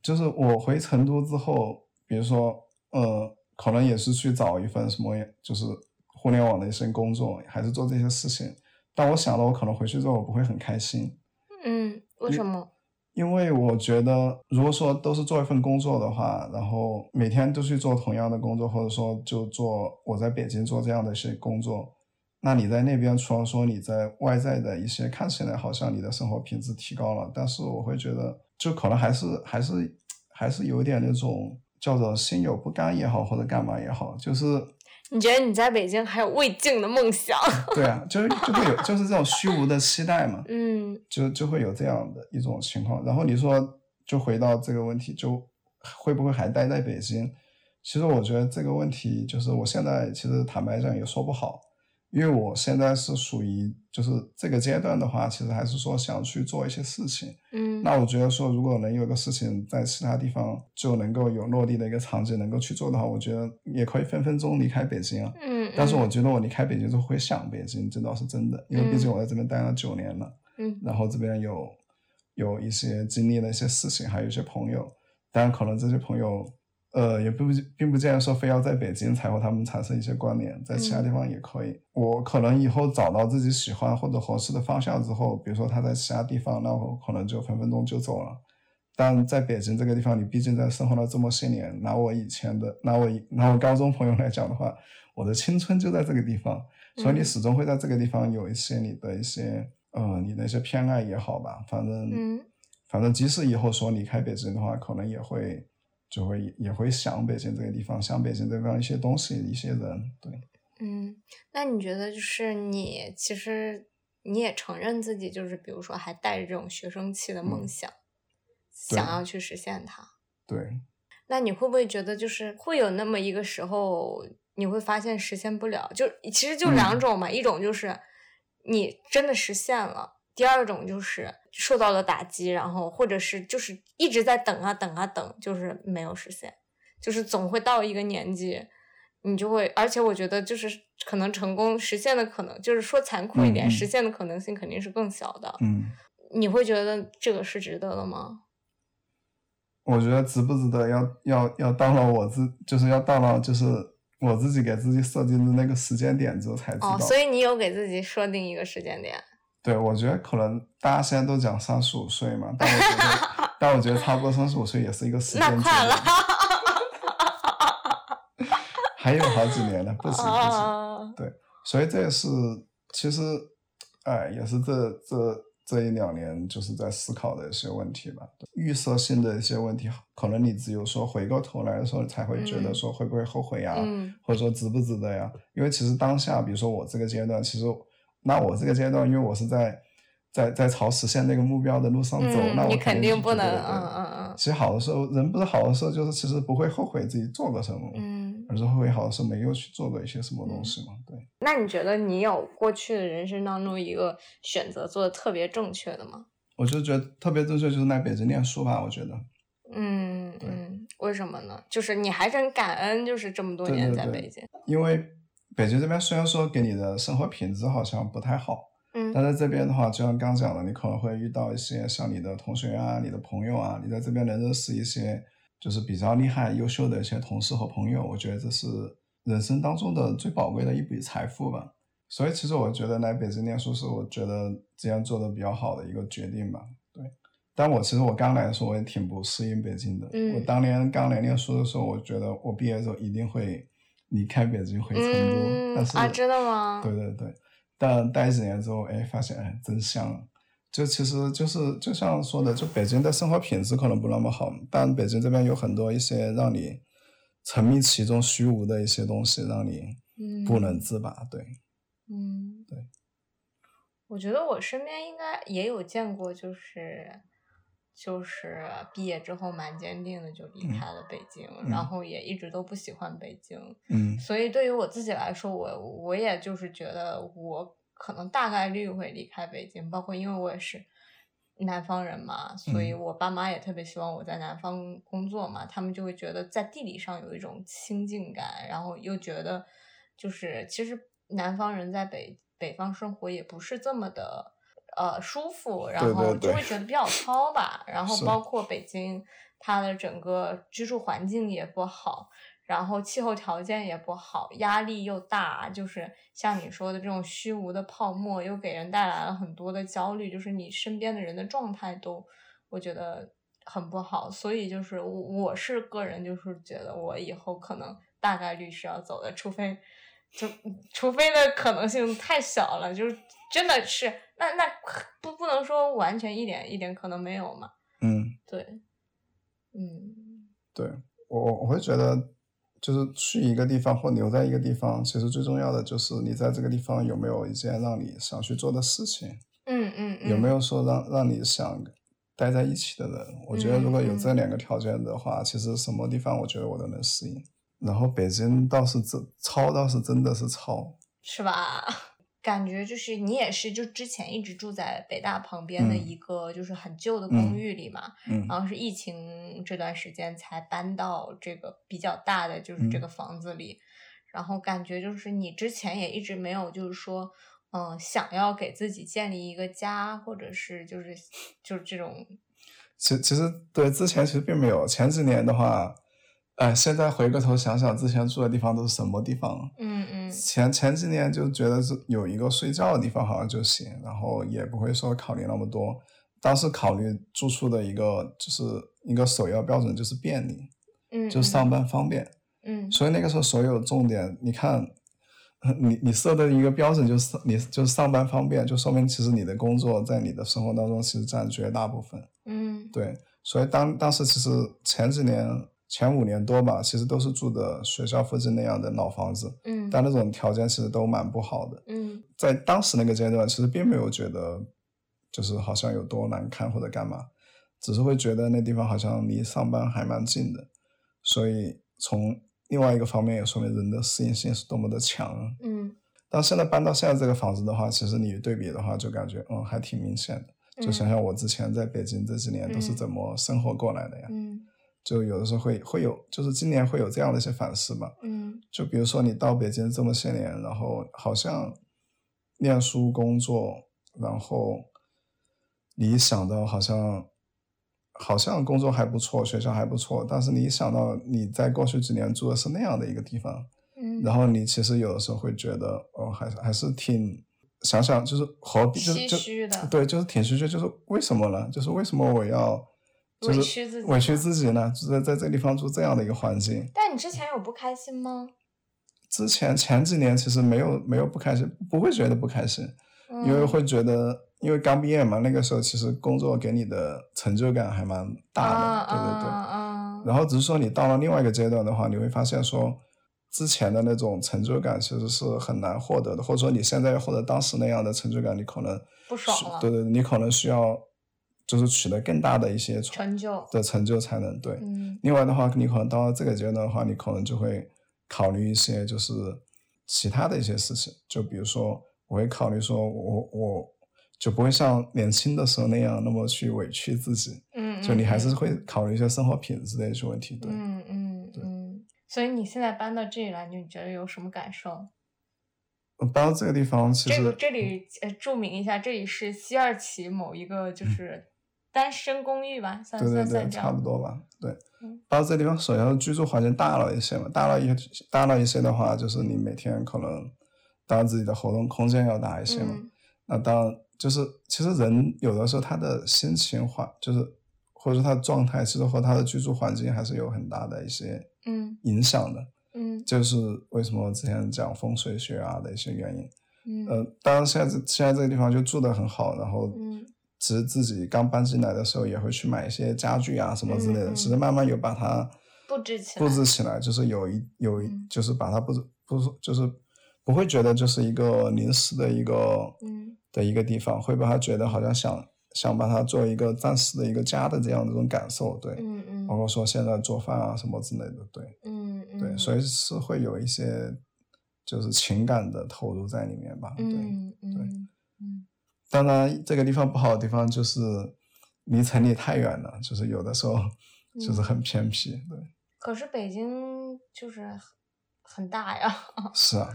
Speaker 1: 就是我回成都之后，比如说，呃，可能也是去找一份什么，就是互联网的一些工作，还是做这些事情。但我想了，我可能回去之后我不会很开心。
Speaker 2: 嗯，为什么？
Speaker 1: 因为我觉得，如果说都是做一份工作的话，然后每天都去做同样的工作，或者说就做我在北京做这样的一些工作，那你在那边除了说你在外在的一些看起来好像你的生活品质提高了，但是我会觉得，就可能还是还是还是有点那种叫做心有不甘也好，或者干嘛也好，就是
Speaker 2: 你觉得你在北京还有未尽的梦想？ <laughs>
Speaker 1: 对啊，就是就会有就是这种虚无的期待嘛。
Speaker 2: 嗯，
Speaker 1: 就就会有这样的一种情况。然后你说，就回到这个问题，就会不会还待在北京？其实我觉得这个问题，就是我现在其实坦白讲也说不好，因为我现在是属于就是这个阶段的话，其实还是说想去做一些事情。
Speaker 2: 嗯，
Speaker 1: 那我觉得说，如果能有个事情在其他地方就能够有落地的一个场景，能够去做的话，我觉得也可以分分钟离开北京啊。
Speaker 2: 嗯，
Speaker 1: 但是我觉得我离开北京之后会想北京，这倒是真的，因为毕竟我在这边待了九年了。
Speaker 2: 嗯
Speaker 1: 然后这边有有一些经历的一些事情，还有一些朋友，当然可能这些朋友，呃，也并不并不见得说非要在北京才和他们产生一些关联，在其他地方也可以。我可能以后找到自己喜欢或者合适的方向之后，比如说他在其他地方，那我可能就分分钟就走了。但在北京这个地方，你毕竟在生活了这么些年，拿我以前的，拿我以拿我高中朋友来讲的话，我的青春就在这个地方。所以你
Speaker 2: 嗯
Speaker 1: 始终会在这个地方有一些你的一些呃你的一些偏爱也好吧，反正、
Speaker 2: 嗯
Speaker 1: 反正即使以后说离开北京的话，可能也会就会也会想北京这个地方，想北京这个地方一些东西一些人，对，
Speaker 2: 嗯，那你觉得就是你其实你也承认自己就是，比如说还带着这种学生气的梦
Speaker 1: 嗯
Speaker 2: 想，
Speaker 1: 对
Speaker 2: 想要去实现它。
Speaker 1: 对，
Speaker 2: 那你会不会觉得就是会有那么一个时候，你会发现实现不了？就其实就两
Speaker 1: 嗯
Speaker 2: 种嘛，一种就是你真的实现了，第二种就是受到了打击，然后或者是就是一直在等啊等啊等，就是没有实现，就是总会到一个年纪。你就会，而且我觉得就是可能成功实现的可能，就是说残酷一点，
Speaker 1: 嗯嗯
Speaker 2: 实现的可能性肯定是更小的。
Speaker 1: 嗯，
Speaker 2: 你会觉得这个是值得的吗？
Speaker 1: 我觉得值不值得要要要到了我自就是要到了就是我自己给自己设定的那个时间点之后才知道。
Speaker 2: 哦，所以你有给自己设定一个时间点。
Speaker 1: 对，我觉得可能大家现在都讲三十五岁嘛，但我觉得，
Speaker 2: <laughs>
Speaker 1: 但我觉得超过三十五岁也是一个时间
Speaker 2: 那
Speaker 1: 节
Speaker 2: 快
Speaker 1: 点
Speaker 2: 了，
Speaker 1: 还有好几年呢，不止不止。
Speaker 2: 啊，
Speaker 1: 所以这也是其实，哎，也是这这这一两年就是在思考的一些问题吧，预设性的一些问题，可能你只有说回过头来的时候，才会觉得
Speaker 2: 嗯
Speaker 1: 说会不会后悔啊呀、
Speaker 2: 嗯
Speaker 1: 或者说值不值得呀？因为其实当下，比如说我这个阶段，其实那我这个阶段，因为我是在在在朝实现那个目标的路上走，那我
Speaker 2: 嗯，你
Speaker 1: 肯
Speaker 2: 肯
Speaker 1: 是
Speaker 2: 定不
Speaker 1: 对
Speaker 2: 能，
Speaker 1: 对对
Speaker 2: 嗯嗯
Speaker 1: 其实好的时候，人不是好的时候，就是其实不会后悔自己做过什么，
Speaker 2: 嗯嗯。嗯
Speaker 1: 而是后悔好的时候没有去做过一些什么东西嘛。对，
Speaker 2: 那你觉得你有过去的人生当中一个选择做的特别正确的吗？
Speaker 1: 我就觉得特别正确就是来北京念书吧，我觉得。
Speaker 2: 嗯
Speaker 1: 对
Speaker 2: 嗯，为什么呢？就是你还是很感恩，就是这么多
Speaker 1: 对
Speaker 2: 年
Speaker 1: 对
Speaker 2: 在
Speaker 1: 对
Speaker 2: 北京，
Speaker 1: 因为北京这边虽然说给你的生活品质好像不太好，但
Speaker 2: 嗯
Speaker 1: 在这边的话，就像刚讲的，你可能会遇到一些像你的同学啊、你的朋友啊，你在这边能认识一些就是比较厉害、优秀的一些同事和朋友，我觉得这是人生当中的最宝贵的一笔财富吧。所以其实我觉得来北京念书是我觉得这样做的比较好的一个决定吧。对，但我其实我刚来的时候我也挺不适应北京的。
Speaker 2: 嗯
Speaker 1: 我当年刚来念书的时候，我觉得我毕业之后一定会离开北京回成都，
Speaker 2: 嗯
Speaker 1: 但是
Speaker 2: 啊，真的吗？
Speaker 1: 对对对，但待几年之后，哎，发现哎，真香啊！就其实就是就像说的，就北京的生活品质可能不那么好，但北京这边有很多一些让你沉迷其中虚无的一些东西，让你
Speaker 2: 嗯，
Speaker 1: 不能自拔。对，
Speaker 2: 嗯，
Speaker 1: 对。
Speaker 2: 我觉得我身边应该也有见过，就是就是毕业之后蛮坚定的就离开了北京，然后也一直都不喜欢北京，
Speaker 1: 嗯
Speaker 2: 所以对于我自己来说，我我也就是觉得我可能大概率会离开北京，包括因为我也是南方人嘛，所以
Speaker 1: 嗯
Speaker 2: 我爸妈也特别希望我在南方工作嘛，他们就会觉得在地理上有一种亲近感，然后又觉得就是其实南方人在北北方生活也不是这么的。呃，舒服，然
Speaker 1: 对对
Speaker 2: 后就
Speaker 1: 对
Speaker 2: 会觉得比较糙吧，然后
Speaker 1: 是
Speaker 2: 包括北京，它的整个居住环境也不好，然后气候条件也不好，压力又大，就是像你说的这种虚无的泡沫，又给人带来了很多的焦虑，就是你身边的人的状态都，我觉得很不好。所以就是我我是个人就是觉得我以后可能大概率是要走的，除非就除非的可能性太小了，就是真的是那那可不不能说完全一点一点可能没有嘛，
Speaker 1: 嗯，
Speaker 2: 对，嗯，
Speaker 1: 对我我我会觉得，就是去一个地方或留在一个地方，其实最重要的就是你在这个地方有没有一件让你想去做的事情，
Speaker 2: 嗯嗯嗯，
Speaker 1: 有没有说让让你想待在一起的人。我觉得如果有这
Speaker 2: 嗯嗯
Speaker 1: 两个条件的话，其实什么地方我觉得我都能适应。然后北京倒是真超倒是真的是超，
Speaker 2: 是吧？ <laughs> 感觉就是你也是，就之前一直住在北大旁边的
Speaker 1: 嗯
Speaker 2: 一个就是很旧的公
Speaker 1: 嗯
Speaker 2: 寓里嘛，
Speaker 1: 嗯
Speaker 2: 然后是疫情这段时间才搬到这个比较大的就是这
Speaker 1: 嗯
Speaker 2: 个房子里，然后感觉就是你之前也一直没有就是说，嗯、想要给自己建立一个家，或者是就是就是这种，
Speaker 1: 其其实对之前其实并没有，前几年的话，呃，现在回过头想想之前住的地方都是什么地方，
Speaker 2: 嗯嗯
Speaker 1: 前前几年就觉得是有一个睡觉的地方好像就行，然后也不会说考虑那么多。当时考虑住宿的一个就是一个首要标准就是便利，
Speaker 2: 嗯，
Speaker 1: 就上班方便。
Speaker 2: 嗯，嗯
Speaker 1: 所以那个时候所有重点，你看，你你设的一个标准就是你就是上班方便，就说明其实你的工作在你的生活当中其实占绝大部分。
Speaker 2: 嗯
Speaker 1: 对，所以当当时其实前几年前五年多吧，其实都是住的学校附近那样的老房子。
Speaker 2: 嗯
Speaker 1: 但那种条件其实都蛮不好的。
Speaker 2: 嗯
Speaker 1: 在当时那个阶段，其实并没有觉得就是好像有多难看或者干嘛，只是会觉得那地方好像离上班还蛮近的，所以从另外一个方面也说明人的适应性是多么的强啊。
Speaker 2: 嗯，
Speaker 1: 但现在搬到现在这个房子的话，其实你对比的话，就感觉嗯还挺明显的。就想想我之前在北京这几年都是
Speaker 2: 嗯
Speaker 1: 怎么生活过来的呀？
Speaker 2: 嗯
Speaker 1: 就有的时候会会有，就是今年会有这样的一些反思吧。
Speaker 2: 嗯
Speaker 1: 就比如说你到北京这么些年，然后好像念书、工作，然后你一想到好像好像工作还不错，学校还不错，但是你一想到你在过去几年住的是那样的一个地方，
Speaker 2: 嗯，
Speaker 1: 然后你其实有的时候会觉得，哦，还是还是挺想想，就是何必就是就
Speaker 2: 唏嘘的
Speaker 1: 对，就是挺唏嘘，就是为什么呢？就是为什么我要就是
Speaker 2: 委屈自己
Speaker 1: 委屈
Speaker 2: 吗
Speaker 1: 自己呢？就在在这个地方住这样的一个环境，
Speaker 2: 但你之前有不开心吗？
Speaker 1: 之前前几年其实没有没有不开心，不会觉得不开心，
Speaker 2: 嗯、
Speaker 1: 因为会觉得，因为刚毕业嘛，那个时候其实工作给你的成就感还蛮大的，对对对。
Speaker 2: 啊
Speaker 1: 然后只是说你到了另外一个阶段的话，你会发现说，之前的那种成就感其实是很难获得的，或者说你现在要获得当时那样的成就感，你可能
Speaker 2: 不爽
Speaker 1: 需
Speaker 2: 了
Speaker 1: 对对，你可能需要就是取得更大的一些
Speaker 2: 成就，
Speaker 1: 的成就才能对。
Speaker 2: 嗯
Speaker 1: 另外的话，你可能到了这个阶段的话，你可能就会考虑一些就是其他的一些事情，就比如说，我会考虑说我我就不会像年轻的时候那样那么去委屈自己，
Speaker 2: 嗯，
Speaker 1: 就你还是
Speaker 2: 嗯
Speaker 1: 会考虑一些生活品质的一些问题。对，
Speaker 2: 嗯嗯嗯。所以你现在搬到这里来，你觉得有什么感受？
Speaker 1: 搬到这个地方，其
Speaker 2: 这个
Speaker 1: 实
Speaker 2: 这里呃，注明一下，这里是西二旗某一个就是单身公寓吧，
Speaker 1: 嗯
Speaker 2: 算
Speaker 1: 对对
Speaker 2: 算
Speaker 1: 对，
Speaker 2: 算这
Speaker 1: 差不
Speaker 2: 样。
Speaker 1: 多吧。对
Speaker 2: 嗯，
Speaker 1: 搬到这地方，首先居住环境大了一些嘛，大了一些大了一些的话，就是你每天可能当然自己的活动空间要大一些嘛。
Speaker 2: 嗯
Speaker 1: 那当然，就是其实人有的时候他的心情环，就是或者说他的状态，其实和他的居住环境还是有很大的一些
Speaker 2: 嗯
Speaker 1: 影响的。
Speaker 2: 嗯
Speaker 1: 就是为什么之前讲风水学啊的一些原因。
Speaker 2: 嗯
Speaker 1: 呃，当然现在这现在这个地方就住的很好，然后
Speaker 2: 嗯
Speaker 1: 其实自己刚搬进来的时候也会去买一些家具啊什么之类的，
Speaker 2: 嗯嗯
Speaker 1: 其实慢慢有把它
Speaker 2: 布置起来
Speaker 1: 布置起来，就是有一有一、
Speaker 2: 嗯
Speaker 1: 就是把它布置布置就是不会觉得就是一个临时的一个
Speaker 2: 嗯
Speaker 1: 的一个地方，会把它觉得好像想想把它做一个暂时的一个家的这样的一种感受，对，
Speaker 2: 嗯嗯，
Speaker 1: 包括说现在做饭啊什么之类的，对，
Speaker 2: 嗯嗯，
Speaker 1: 哦对，所以是会有一些就是情感的投入在里面吧，对。
Speaker 2: 嗯嗯嗯
Speaker 1: 当然，这个地方不好的地方就是离城里太远了，就是有的时
Speaker 2: 嗯
Speaker 1: 候就是很偏僻。对，
Speaker 2: 可是北京就是很很大呀， <laughs>
Speaker 1: 是啊，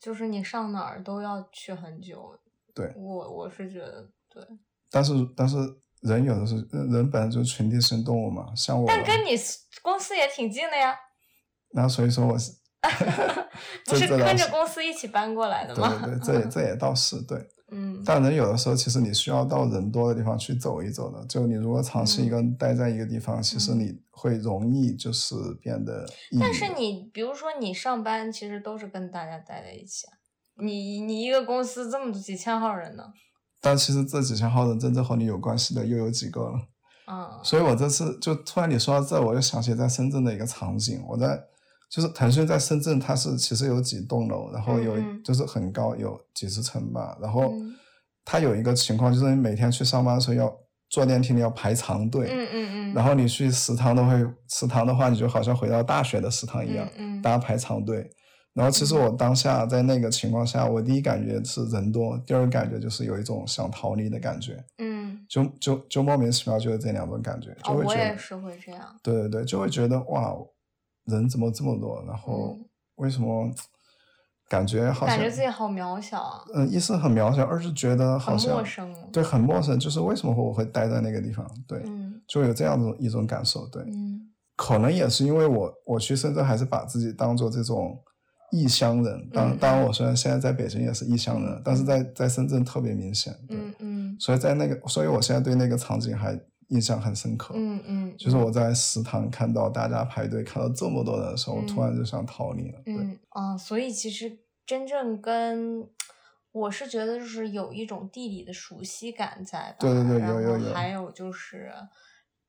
Speaker 2: 就是你上哪儿都要去很久。
Speaker 1: 对
Speaker 2: 我我是觉得对，
Speaker 1: 但是但是人有的时候人本来就是群体性动物嘛，像我，
Speaker 2: 但跟你公司也挺近的呀，
Speaker 1: 那所以说我是，
Speaker 2: 不
Speaker 1: 这
Speaker 2: 是
Speaker 1: 这倒
Speaker 2: 跟着
Speaker 1: 是
Speaker 2: 公司一起搬过来的
Speaker 1: 对
Speaker 2: 吗？
Speaker 1: 对对，这也这也倒是对。
Speaker 2: 嗯
Speaker 1: 但人有的时候其实你需要到人多的地方去走一走的，就你如果长期一个人待在一个地方，其实
Speaker 2: 嗯
Speaker 1: 你会容易就是变得抑郁的。
Speaker 2: 但是你比如说你上班，其实都是跟大家待在一起啊。你你一个公司这么几千号人呢，
Speaker 1: 但其实这几千号人真正和你有关系的又有几个了？
Speaker 2: 嗯
Speaker 1: 所以我这次就突然你说到这，我就想起在深圳的一个场景，我在就是腾讯在深圳，它是其实有几栋楼，然后有
Speaker 2: 嗯嗯
Speaker 1: 就是很高，有几十层吧，然后
Speaker 2: 嗯
Speaker 1: 它有一个情况就是你每天去上班的时候要坐电梯，你要排长队，
Speaker 2: 嗯嗯嗯，
Speaker 1: 然后你去食堂的会食堂的话，你就好像回到大学的食堂一样，
Speaker 2: 嗯
Speaker 1: 大家排长队。然后其实我当下在那个情况下，我第一感觉是人多，第二感觉就是有一种想逃离的感觉，
Speaker 2: 嗯，
Speaker 1: 就就就莫名其妙就有这两种感觉，
Speaker 2: 哦，
Speaker 1: 就会
Speaker 2: 我
Speaker 1: 觉得、
Speaker 2: 也是会这样，
Speaker 1: 对对对，就会觉得哇，人怎么这么多？然后
Speaker 2: 嗯
Speaker 1: 为什么感觉哦好像
Speaker 2: 感觉自己好渺小啊，
Speaker 1: 嗯、一是很渺小，二是觉得
Speaker 2: 很
Speaker 1: 好像
Speaker 2: 陌生哦。
Speaker 1: 对很陌生，就是为什么我会待在那个地方？对，
Speaker 2: 嗯
Speaker 1: 就有这样的一种感受，对。
Speaker 2: 嗯
Speaker 1: 可能也是因为我我去深圳还是把自己当做这种异乡人。当
Speaker 2: 嗯
Speaker 1: 当然，我虽然现在在北京也是异乡人，
Speaker 2: 嗯
Speaker 1: 但是在在深圳特别明显。对，
Speaker 2: 嗯嗯
Speaker 1: 所以在那个，所以我现在对那个场景还印象很深刻。
Speaker 2: 嗯嗯，
Speaker 1: 就是我在食堂看到大家排队，看到这么多人的时候，我突
Speaker 2: 嗯
Speaker 1: 然就想逃离了。对，
Speaker 2: 嗯啊，所以其实真正跟我是觉得就是有一种地理的熟悉感在吧，
Speaker 1: 对对对有
Speaker 2: 然后
Speaker 1: 有有
Speaker 2: 还有就是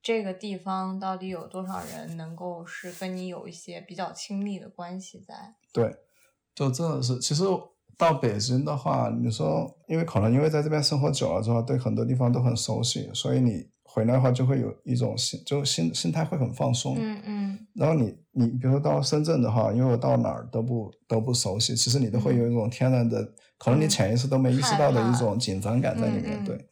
Speaker 2: 这个地方到底有多少人能够是跟你有一些比较亲密的关系在，
Speaker 1: 对，就真的是，其实到北京的话，你说，因为可能因为在这边生活久了之后，对很多地方都很熟悉，所以你回来的话就会有一种心，就心心态会很放松。
Speaker 2: 嗯嗯
Speaker 1: 然后你你比如说到深圳的话，因为我到哪儿都不都不熟悉，其实你都会
Speaker 2: 嗯
Speaker 1: 有一种天然的，可能你
Speaker 2: 嗯
Speaker 1: 潜意识都没意识
Speaker 2: 害
Speaker 1: 到的一
Speaker 2: 怕
Speaker 1: 种紧张感在里面，
Speaker 2: 嗯嗯
Speaker 1: 对，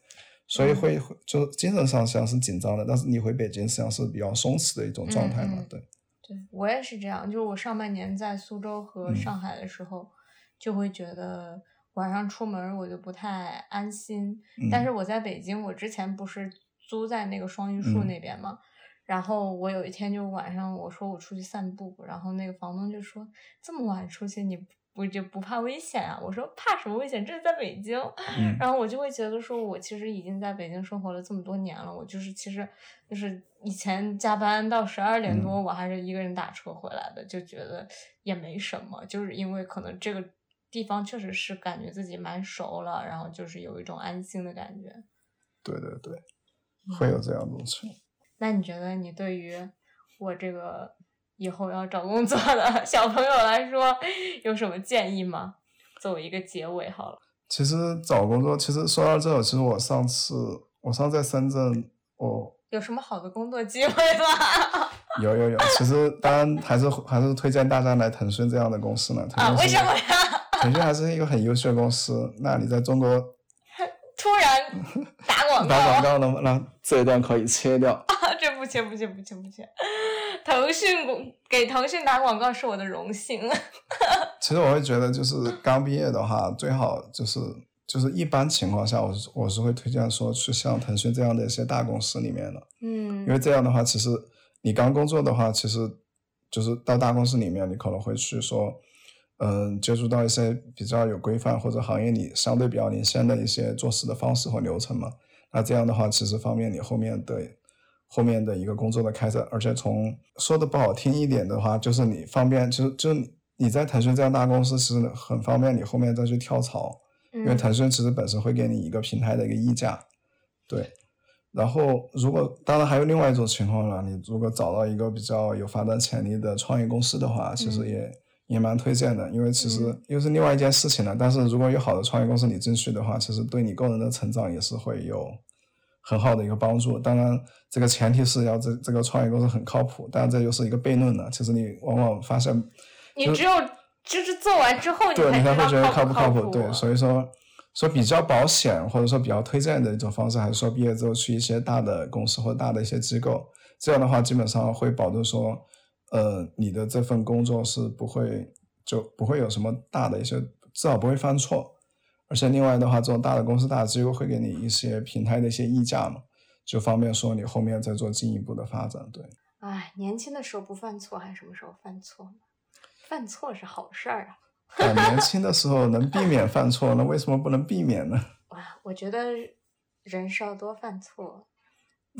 Speaker 1: 所以
Speaker 2: 嗯
Speaker 1: 会会就精神上实际上是紧张的，但是你回北京实际上是比较松弛的一种状态嘛，
Speaker 2: 嗯嗯
Speaker 1: 对，
Speaker 2: 对我也是这样，就是我上半年在苏州和
Speaker 1: 嗯
Speaker 2: 上海的时候，就会觉得晚上出门我就不太安心。
Speaker 1: 嗯
Speaker 2: 但是我在北京，我之前不是租在那个双榆树
Speaker 1: 嗯
Speaker 2: 那边嘛，然后我有一天就晚上我说我出去散步，然后那个房东就说这么晚出去你不就不怕危险啊？我说怕什么危险？这是在北京。
Speaker 1: 嗯
Speaker 2: 然后我就会觉得说，我其实已经在北京生活了这么多年了，我就是其实就是以前加班到十二点多，
Speaker 1: 嗯
Speaker 2: 我还是一个人打车回来的，就觉得也没什么，就是因为可能这个地方确实是感觉自己蛮熟了，然后就是有一种安心的感觉。
Speaker 1: 对对对，
Speaker 2: 嗯
Speaker 1: 会有这样的情况。
Speaker 2: 那你觉得你对于我这个以后要找工作的 <laughs> 小朋友来说，有什么建议吗？作为一个结尾好了，
Speaker 1: 其实找工作，其实说到这，其实我上次我上次在深圳，我
Speaker 2: 有什么好的工作机会吗？ <laughs>
Speaker 1: 有有有，其实当然还是还是推荐大家来腾讯这样的公司呢。腾
Speaker 2: 啊，
Speaker 1: 讯
Speaker 2: 为
Speaker 1: 是
Speaker 2: 什么呀？
Speaker 1: <laughs> 腾讯还是一个很优秀的公司。那你在中国
Speaker 2: 突然打广告，
Speaker 1: 打广告了吗？那这一段可以切 <laughs> 掉。
Speaker 2: <laughs> 这不切不切不切不切。腾讯公给腾讯打广告是我的荣幸。
Speaker 1: 其实我会觉得，就是刚毕业的话，最好就是就是一般情况下，我是我是会推荐说去像腾讯这样的一些大公司里面的。因
Speaker 2: 嗯
Speaker 1: 为这样的话，其实你刚工作的话，其实就是到大公司里面，你可能会去说，嗯，接触到一些比较有规范或者行业里相对比较领先的一些做事的方式和流程嘛。那这样的话，其实方便你后面的后面的一个工作的开展，而且从说的不好听一点的话，就是你方便，就是就是你你在腾讯这样大公司，其实很方便你后面再去跳槽。
Speaker 2: 嗯
Speaker 1: 因为腾讯其实本身会给你一个平台的一个溢价，对。然后，如果当然还有另外一种情况了，你如果找到一个比较有发展潜力的创业公司的话，其实
Speaker 2: 嗯
Speaker 1: 也、也蛮推荐的，因为其实
Speaker 2: 嗯
Speaker 1: 又是另外一件事情了。但是如果有好的创业公司你进去的话，其实对你个人的成长也是会有很好的一个帮助。当然，这个前提是要这这个创业公司很靠谱，当然这就是一个悖论了。其实你往往发现，
Speaker 2: 你只有就是做完之后，
Speaker 1: <laughs> 对你才
Speaker 2: 才
Speaker 1: 会觉
Speaker 2: 知
Speaker 1: 得
Speaker 2: 道靠
Speaker 1: 不
Speaker 2: 靠啊
Speaker 1: 谱。对，所以说说比较保险或者说比较推荐的一种方式，还是说毕业之后去一些大的公司或大的一些机构，这样的话基本上会保证说，呃，你的这份工作是不会就不会有什么大的一些，至少不会犯错。而且另外的话，这种大的公司、大的机构会给你一些平台的一些溢价嘛，就方便说你后面再做进一步的发展。对，
Speaker 2: 哎，年轻的时候不犯错，还什么时候犯错呢？犯错是好事儿啊！
Speaker 1: 但年轻的时候能避免犯错，那为什么不能避免呢？
Speaker 2: 哇，我觉得人是要多犯错，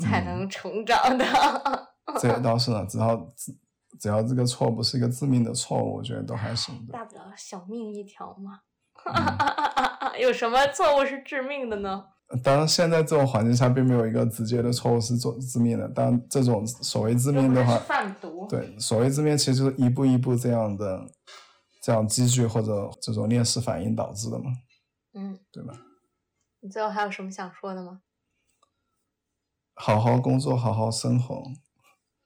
Speaker 1: 嗯
Speaker 2: 才能成长的。
Speaker 1: <laughs> 这个倒是呢，只要只只要这个错不是一个致命的错误，我觉得都还行
Speaker 2: <laughs>
Speaker 1: 的。
Speaker 2: 大不了小命一条嘛。 <laughs>
Speaker 1: 嗯
Speaker 2: 有什么错误是致命的呢？
Speaker 1: 当然，现在这种环境下并没有一个直接的错误是做致命的。当然，这种所谓致
Speaker 2: 致
Speaker 1: 命的话，
Speaker 2: 贩毒。
Speaker 1: 对，所谓致命其实就是一步一步这样的这样积聚或者这种链式反应导致的嘛，
Speaker 2: 嗯，
Speaker 1: 对吧？
Speaker 2: 你最后还有什么想说的吗？
Speaker 1: 好好工作，好好生活。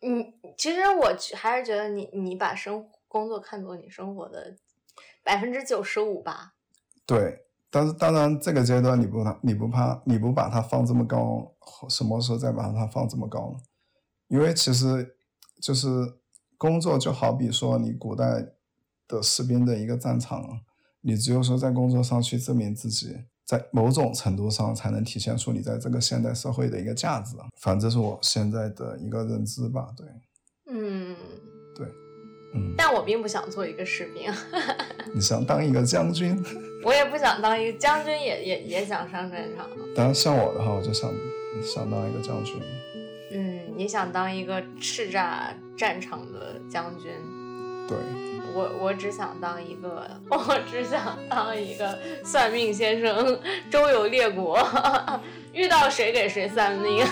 Speaker 2: 嗯，其实我觉还是觉得你你把生工作看作你生活的百分之九十五吧。
Speaker 1: 对，但是当然这个阶段你不拿你不怕你不把它放这么高，什么时候再把它放这么高呢？因为其实就是工作就好比说你古代的士兵的一个战场啊，你只有说在工作上去证明自己。在某种程度上才能体现出你在这个现代社会的一个价值啊，反正这是我现在的一个认知吧。对，
Speaker 2: 嗯，
Speaker 1: 嗯，
Speaker 2: 但我并不想做一个士兵， <laughs>
Speaker 1: 你想当一个将军，
Speaker 2: 我也不想当一个将军也，也也想上战场。
Speaker 1: 当然像我的话，我就想想当一个将军。
Speaker 2: 嗯，也想当一个叱咤战场的将军。
Speaker 1: 对，
Speaker 2: 我我只想当一个， <laughs> 我只想当一个算命先生，周游列国， <laughs> 遇到谁给谁算命。